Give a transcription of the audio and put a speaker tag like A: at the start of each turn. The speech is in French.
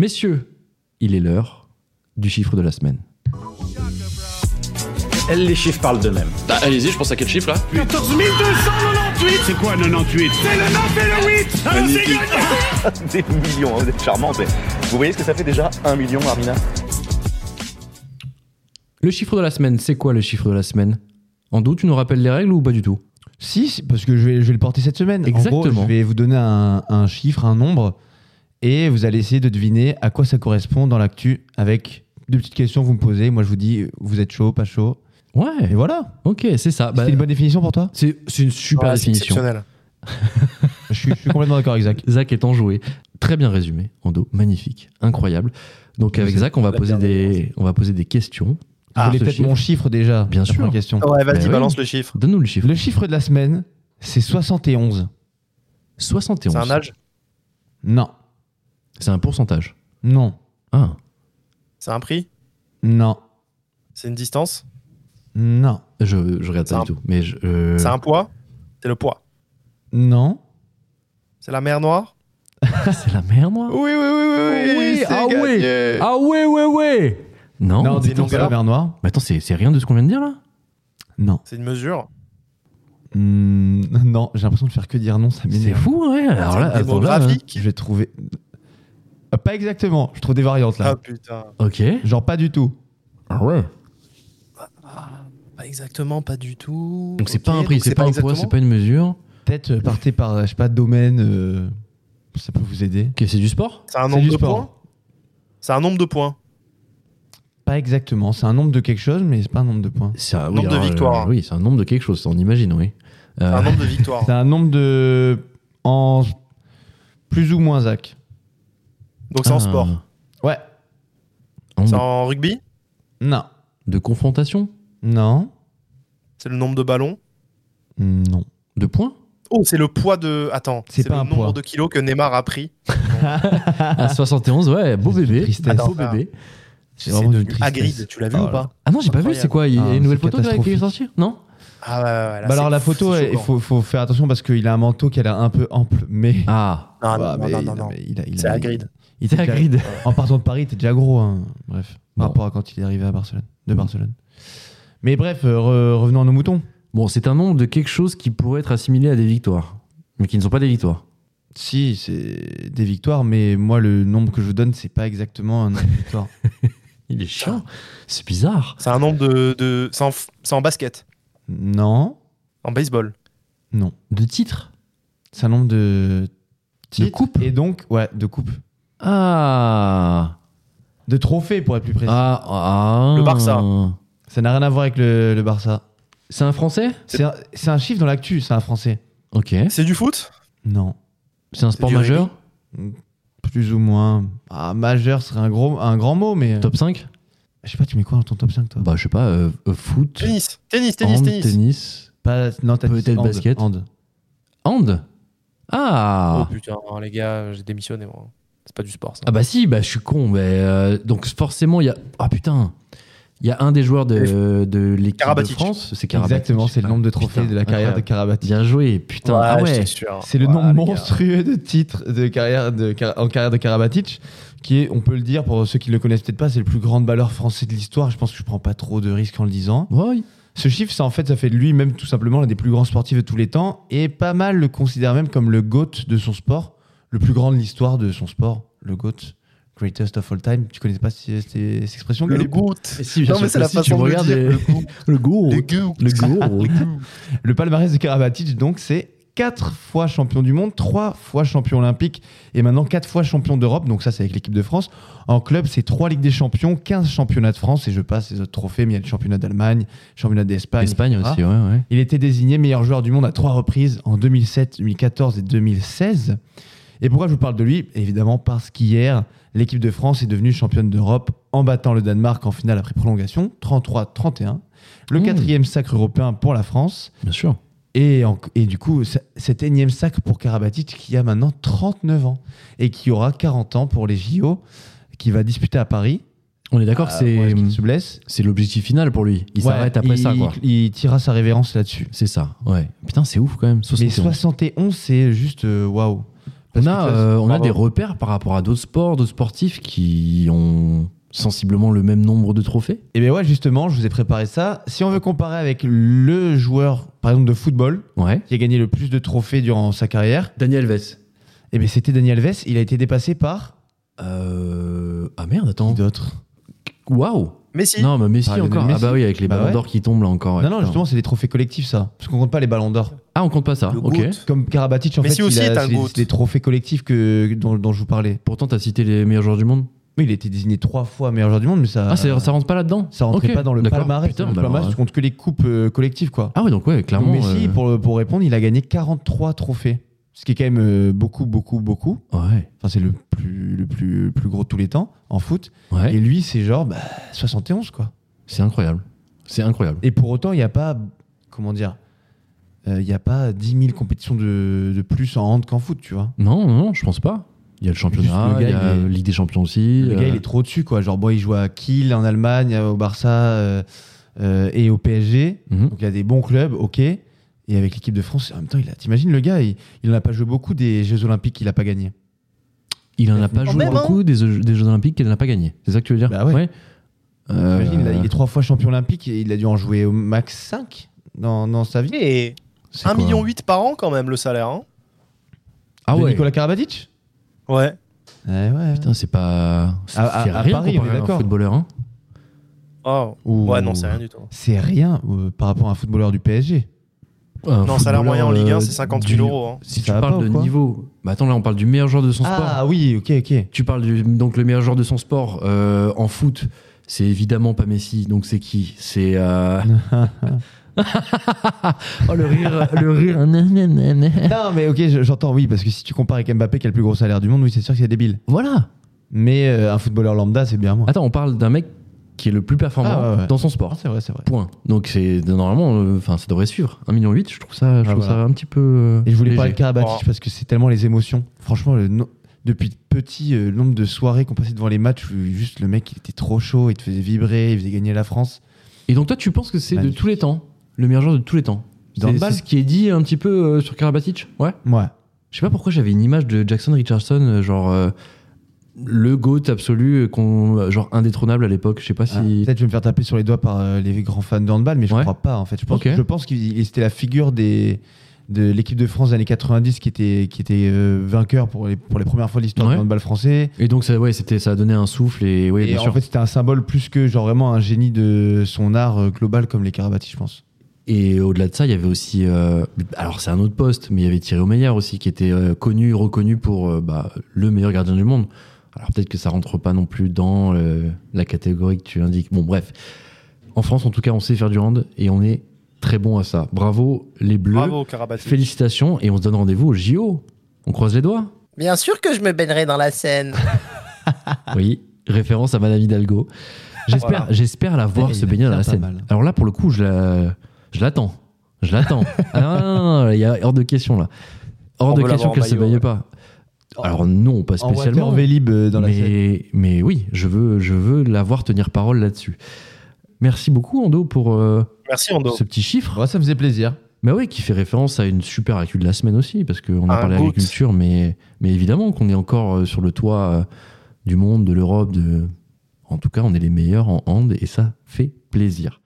A: Messieurs, il est l'heure du chiffre de la semaine.
B: Elle, les chiffres parlent d'eux-mêmes.
C: Bah, allez-y, je pense à quel chiffre là
D: 14 298
E: C'est quoi 98
D: C'est le 9 et le 8 Alors c'est gagné
B: Des millions, hein, vous êtes charmante. mais Vous voyez ce que ça fait déjà Un million, Armina
A: Le chiffre de la semaine, c'est quoi le chiffre de la semaine Ando, tu nous rappelles les règles ou pas du tout
F: Si, si, parce que je vais, je vais le porter cette semaine. En gros,
A: Exactement.
F: je vais vous donner un, un chiffre, un nombre, et vous allez essayer de deviner à quoi ça correspond dans l'actu avec deux petites questions que vous me posez. Moi, je vous dis, vous êtes chaud, pas chaud. Et
A: Ouais,
F: voilà.
A: ok, c'est ça. Bah,
F: C'est une bonne définition pour toi
A: C'est c'est une super
G: Ah, c'est
A: définition.
G: exceptionnel.
F: je, suis, je suis complètement d'accord avec Zach.
A: Zach est enjoué. Très bien résumé, Ando, magnifique, incroyable. Donc
F: Je
A: avec
F: sais
A: Zach, on va,
B: la
A: poser
B: dernière
A: des, on va poser des questions.
F: Ah,
A: sur ce
F: peut-être
A: chiffre.
F: mon chiffre déjà.
A: Bien
F: la
A: sûr.
F: première question.
G: Eh,
B: Ouais,
A: Ben
B: vas-y,
A: oui.
B: balance le chiffre.
A: Donne-nous le chiffre.
F: Le chiffre de la semaine, c'est 71.
A: 71.
G: C'est un âge
F: Non.
A: C'est un pourcentage.
F: Non.
A: Ah,
G: C'est un prix
F: Non.
G: C'est une distance
F: Euh. Non.
A: je, je regarde
G: C'est
A: ça
G: un-
A: du tout. Mais je- euh,
G: C'est un poids C'est le poids.
F: Non.
G: C'est la mer Noire
A: c'est la merde, moi
F: Oui, oui, oui,
A: ah ouais Ah ouais, ouais, ouais Non,
F: Non, dis
G: dis donc
F: donc, c'est la
G: alors.
F: mer Noire.
A: mais attends, c'est c'est rien de ce qu'on vient de dire là
F: Non.
G: C'est une mesure
F: Hmm, non, j'ai l'impression de faire que dire non, ça
A: C'est
F: m'énerve.
A: fou, ouais. Alors
G: C'est
A: là,
F: Ah,
G: une
A: attends, là,
G: démographie.
F: hein, Je vais trouver. Ah, Pas exactement, je trouve des variantes là.
G: Ah putain.
A: hein. Ok.
F: Genre pas du tout.
A: Ah ouais.
G: Pas exactement, pas du tout.
A: Donc c'est
G: Ok,
A: pas un prix,
G: donc
A: c'est pas, un poids,
G: exactement.
A: c'est pas une mesure.
F: Peut-être euh, partez par, euh, je sais pas, domaine, euh, ça peut vous aider.
A: Ok, c'est du sport
G: C'est un
F: C'est
G: nombre
F: du
G: de
F: sport.
G: points C'est un nombre de points.
F: Pas exactement, c'est un nombre de quelque chose, mais c'est pas un nombre de points.
A: C'est un
G: Nombre de
A: euh,
G: victoires.
A: oui, c'est un nombre de quelque chose, ça, on imagine, oui.
G: C'est
F: Ah.
A: Euh,
G: un nombre de victoires.
F: C'est un nombre de. En. Plus ou moins, Zach.
G: Donc c'est en
A: ah,
G: sport.
F: Ouais.
A: un
G: C'est
A: nombre
G: en rugby
F: Non.
A: De confrontation
F: Non.
G: C'est le nombre de ballons
F: Non.
A: De points
G: Oh, c'est le poids de. Attends,
F: C'est
G: c'est le
F: pas un
G: nombre
F: poids.
G: de kilos que Neymar a pris.
A: À 71, ouais, beau
F: C'est une
A: bébé.
F: tristesse.
A: beau
G: Attends,
A: bébé.
F: C'est vraiment
G: devenu
F: une tristesse.
G: Hagrid, tu l'as vu
F: Oh
G: ou
F: là
G: pas
A: Ah non, j'ai pas vu,
G: Incroyable.
A: c'est quoi Il y a
F: Ah,
A: une nouvelle
F: c'est
A: photo qui est- qui est sortie Non
G: Ah ouais, ouais, ouais, là,
F: Bah alors
G: c'est-
F: la photo,
G: c'est
F: ouais, il
G: choquant.
F: faut, faut faire attention parce qu'il a un manteau qui a l'air un peu ample, mais.
A: Ah,
G: Non,
F: Bah,
G: non,
F: mais
G: non,
F: il a-
G: non, non.
F: mais il a- il
G: C'est
F: a-
G: Hagrid.
F: il
A: c'est
F: était déjà-
A: Hagrid.
F: En partant de Paris, t'es déjà gros. hein. Bref, par
A: Bon. Mm.
F: rapport à quand il est arrivé à Barcelone, de Barcelone. Mais bref, euh, re- revenons à nos moutons.
A: Bon, c'est un nombre de quelque chose qui pourrait être assimilé à des victoires, mais qui ne sont pas des victoires.
F: Si, c'est des victoires, mais moi, le nombre que je vous donne, c'est pas exactement un nombre de victoires.
A: Il est chiant. C'est bizarre.
G: C'est un nombre de. de... C'est en... f- c'est en basket,
F: non,
G: en baseball.
F: non.
A: De titres
F: C'est un nombre de titres.
A: coupes
F: Et donc, ouais, de coupes.
A: Ah
F: De trophées, pour être plus précis.
A: Ah, ah.
G: Le Barça.
F: Ça n'a rien à voir avec le, le Barça.
A: C'est un français
F: C'est un, c'est un chiffre dans l'actu, c'est un français.
A: Ok.
G: C'est du foot
F: Non.
A: C'est un sport
G: du rugby.
A: majeur
F: Plus ou moins. Ah, majeur serait un, gros, un grand mot, mais. euh,
A: Top 5
F: Je sais pas, tu mets quoi dans ton top 5, toi
A: Bah, je sais pas, euh, euh, foot,
G: Tennis, tennis, tennis,
A: hand,
G: tennis.
A: tennis.
F: Pas, non, t'as dit
A: Peut-être
F: hand,
A: basket.
F: hand.
A: Hand Ah
G: Oh putain, les gars, j'ai démissionné moi. C'est pas du sport ça.
A: Ah bah si, bah je suis con, mais euh, donc forcément il y a ah putain, il y a un des joueurs de, de l'équipe de
G: Karabatic.
A: France, c'est Karabatic.
F: Exactement, c'est le
A: Ah,
F: nombre de trophées
A: putain,
F: de la carrière
A: incroyable.
F: de Karabatic.
A: Bien joué, putain. ah ouais.
F: C'est le nombre monstrueux de titres de carrière de, Kara- en carrière de Karabatic, qui est, on peut le dire, pour ceux qui ne le connaissent peut-être pas, c'est le plus grand balleur français de l'histoire. Je pense que je prends pas trop de risques en le disant.
A: Ouais,
F: Ce chiffre, ça en fait, ça fait de lui même tout simplement l'un des plus grands sportifs de tous les temps, et pas mal le considère même comme le GOAT de son sport, le plus grand de l'histoire de son sport, le GOAT, greatest of all time. Tu connais pas si- cette cette expression
G: Le
F: Gaël
G: goutte.
A: Et si, bien
G: Non
A: sûr
G: mais c'est
A: que
G: la
A: si, tu
G: façon de le
A: regardes
G: dire.
A: les-
G: Le goût.
A: Le go.
G: Le goût.
A: Le
F: oh,
A: go.
F: Le palmarès de Karabatic, donc, c'est 4 fois champion du monde, 3 fois champion olympique et maintenant 4 fois champion d'Europe. Donc, ça, c'est avec l'équipe de France. En club, c'est 3 Ligues des Champions, 15 championnats de France et je passe les autres trophées, mais il y a le championnat d'Allemagne, le championnat d'Espagne.
A: Espagne
F: etc.
A: aussi, ouais, ouais.
F: Il était désigné meilleur joueur du monde à trois reprises en 2007, 2014 et 2016. Et pourquoi je vous parle de lui Évidemment parce qu'hier, l'équipe de France est devenue championne d'Europe en battant le Danemark en finale après prolongation, 33-31. Le
A: Mmh.
F: quatrième sacre européen pour la France.
A: Bien sûr.
F: Et, en- et du coup, c- cet énième sac pour Karabatic qui a maintenant 39 ans et qui aura 40 ans pour les JO, qui va disputer à Paris.
A: On est d'accord, que
G: Ah,
F: Euh,
A: c'est
F: pour qu'il se blesse.
A: c'est l'objectif final pour lui. Il s'arrête
F: Ouais,
A: après ça
F: il-
A: quoi.
F: Il tirera sa révérence là-dessus.
A: C'est ça. Ouais. Putain, c'est ouf quand même.
F: Mais
A: 71.
F: 71, c'est juste euh, waouh.
A: On
F: Parce
A: a,
F: que ça-
A: euh, on a
F: Pardon.
A: des repères par rapport à d'autres sports, d'autres sportifs qui ont sensiblement le même nombre de trophées.
F: Et Eh bien ouais, justement, je vous ai préparé ça. Si on veut comparer avec le joueur, par exemple, de football,
A: Ouais.
F: qui a gagné le plus de trophées durant sa carrière,
A: Daniel Vess.
F: et bien c'était Daniel Vess. Il a été dépassé par.
A: Euh... Ah merde, attends.
F: d'autre
A: Waouh
G: Messi.
A: Non, mais Messi
F: Par Lionel
A: encore. Ah
F: Messi.
A: bah oui, avec les
F: Bah
A: ballons
F: ouais.
A: d'or qui tombent là encore. ouais,
F: Non, non,
A: putain.
F: justement, c'est des trophées collectifs, ça. Parce qu'on compte pas les ballons d'or.
A: Ah, on compte pas ça.
G: Le
A: Ok.
G: GOAT.
F: Comme Karabatic, en
G: Mais
F: fait,
G: si aussi
F: il a-
G: est un
F: c'est des-
G: GOAT.
F: c'est des trophées collectifs que, dont, dont je vous parlais.
A: Pourtant, t'as cité les meilleurs joueurs du monde.
F: Oui, il a été désigné trois fois meilleur joueur du monde, mais ça.
A: Ah, ça, ça rentre pas là-dedans
F: Euh, ça rentrait
A: Ok,
F: pas dans le
A: d'accord.
F: palmarès.
A: Putain,
F: Dans le
A: bah
F: palmarès,
A: alors,
F: tu comptes que les coupes euh, collectives, quoi.
A: Ah oui, donc ouais,
F: Donc
A: clairement.
F: Messi,
A: euh,
F: pour, pour répondre, il a gagné 43 trophées. Ce qui est quand même euh, beaucoup, beaucoup, beaucoup.
A: Ouais,
F: Enfin, c'est le plus, le plus, le plus gros de tous les temps en foot.
A: ouais.
F: Et lui, c'est genre bah, 71, quoi.
A: C'est incroyable. C'est incroyable.
F: Et pour autant, il n'y a pas. Comment dire euh, Il n'y a pas 10 000 compétitions de, de plus en hand qu'en foot, tu vois.
A: Non, non, non, je pense pas. Il y a le championnat,
F: Juste le gars,
A: il y a
F: il est-
A: la Ligue des Champions aussi.
F: Le
A: euh,
F: gars, il est trop au-dessus, quoi. Genre, bon, il joue à Kiel en Allemagne, au Barça euh, euh, et au PSG.
A: mhm.
F: Donc, il y a des bons clubs, ok. Et avec l'équipe de France, en même temps, il a- t'imagines le gars, il n'en a pas joué beaucoup des Jeux Olympiques qu'il n'a pas gagné.
A: Il en a pas
F: En
A: joué
F: même temps-
A: beaucoup des, des Jeux Olympiques qu'il n'a pas gagné. C'est ça que tu veux dire
F: Bah ouais.
A: Euh,
F: T'imagines, il a- il est trois fois champion olympique et il a dû en jouer au max 5 dans, dans sa vie.
G: Et
A: Euh, c'est
G: 1,8
A: quoi
G: million par an quand même le salaire. hein.
A: Ah
F: De
A: ouais.
F: Nicolas Karabatic
G: Ouais.
F: Eh ouais.
A: Putain, c'est pas. C'est
F: À- à-
A: c'est
F: à
A: rien
F: Paris, on est
A: comparé à un
F: d'accord.
A: footballeur. hein.
G: Oh.
F: Ouh.
G: Ouais, non, c'est rien du tout.
F: C'est rien euh, par rapport à un footballeur du PSG.
A: Un
G: Non, salaire
A: footballeur,
G: moyen en Ligue 1,
A: euh,
G: c'est 50 000
A: du-
G: euros. hein.
A: Si
F: Ça
A: tu
F: va pas
A: parles
F: ou
A: de
F: quoi
A: niveau. Bah attends, là, on parle du meilleur joueur de son sport.
F: Ah oui, ok, ok.
A: Tu parles du, donc le meilleur joueur de son sport euh, en foot, c'est évidemment pas Messi. Donc c'est qui C'est euh, oh le rire, le rire. nanana.
F: non, mais ok, je- j'entends, oui, parce que si tu compares avec Mbappé qui a le plus gros salaire du monde, oui, c'est sûr que c'est débile.
A: Voilà.
F: Mais euh, un footballeur lambda, c'est bien moi.
A: Attends, on parle d'un mec qui est le plus performant
F: Ah, ouais, ouais.
A: dans son
F: Ah,
A: sport.
F: c'est vrai, c'est vrai.
A: Point. Donc c'est normalement, euh, enfin ça devrait suivre. 1,8 million, je trouve ça, je
F: Ah,
A: trouve
F: voilà.
A: ça un petit peu. euh,
F: Et je voulais
A: léger.
F: parler de Karabatic
G: Oh.
F: parce que c'est tellement les émotions. Franchement, le no- depuis petit, euh, le nombre de soirées qu'on passait devant les matchs, où juste le mec, il était trop chaud, il te faisait vibrer, il faisait gagner la France.
A: Et donc toi, tu penses que c'est de
F: Magnifique.
A: tous les temps le meilleur joueur de tous les temps
F: Dans
A: C'est-
F: le bal.
A: C'est ce qui est dit un petit peu euh, sur Karabatic Ouais.
F: Ouais.
A: Je sais pas pourquoi j'avais une image de Jackson Richardson, euh, genre euh, le GOAT absolu, euh, qu'on- euh, genre indétrônable à l'époque. Je sais pas
F: Ah,
A: si.
F: Peut-être je vais me faire taper sur les doigts par euh, les grands fans de handball, mais je
A: Ouais.
F: crois pas en fait. Je pense,
A: Ok.
F: je pense qu'il il- c'était la figure des, de l'équipe de France des années 90 qui était, qui était euh, vainqueur pour les, pour les premières fois de l'histoire
A: Ouais.
F: du handball français.
A: Et donc, ça, ouais, c'était, ça a donné un souffle et ouais,
F: et
A: bien
F: en
A: sûr.
F: fait, c'était un symbole plus que genre vraiment un génie de son art euh, global comme les Karabatic, je pense.
A: Et au-delà de ça, il y avait aussi. euh, alors, c'est un autre poste, mais il y avait Thierry Omeyer aussi, qui était euh, connu, reconnu pour euh, bah, le meilleur gardien du monde. Alors, peut-être que ça rentre pas non plus dans euh, la catégorie que tu indiques. Bon, bref. En France, en tout cas, on sait faire du hand et on est très bon à ça. Bravo, les Bleus.
G: Bravo, Karabatic.
A: Félicitations et on se donne rendez-vous au JO. On croise les doigts.
C: Bien sûr que je me baignerai dans la Seine.
A: Oui, référence à Madame Hidalgo. J'espère,
G: Voilà.
A: j'espère la voir
F: Elle
A: se
F: est
A: baigner dans
F: bien
A: la
F: pas
A: Seine.
F: mal.
A: Alors là, pour le coup, je la, je l'attends, je l'attends. Ah non, non, non, non, il y a hors de question là, hors
G: On
A: de
G: veut la
A: question
G: voir en
A: qu'elle se
G: maillot,
A: baigne
G: ouais.
A: pas. Alors non, pas
F: En
A: spécialement.
F: water Vélib euh, dans la Seine.
A: mais, mais oui, je veux, je veux la voir tenir parole là-dessus. Merci beaucoup Ando pour euh,
G: Merci, Ando.
A: ce petit chiffre.
F: Ouais, ça me faisait plaisir.
A: Mais oui, qui fait référence à une super actu de la semaine aussi, parce qu'on a
G: Un
A: parlé
G: goat.
A: agriculture, mais, mais évidemment qu'on est encore euh, sur le toit euh, du monde, de l'Europe, de... en tout cas, on est les meilleurs en hand, et ça fait plaisir.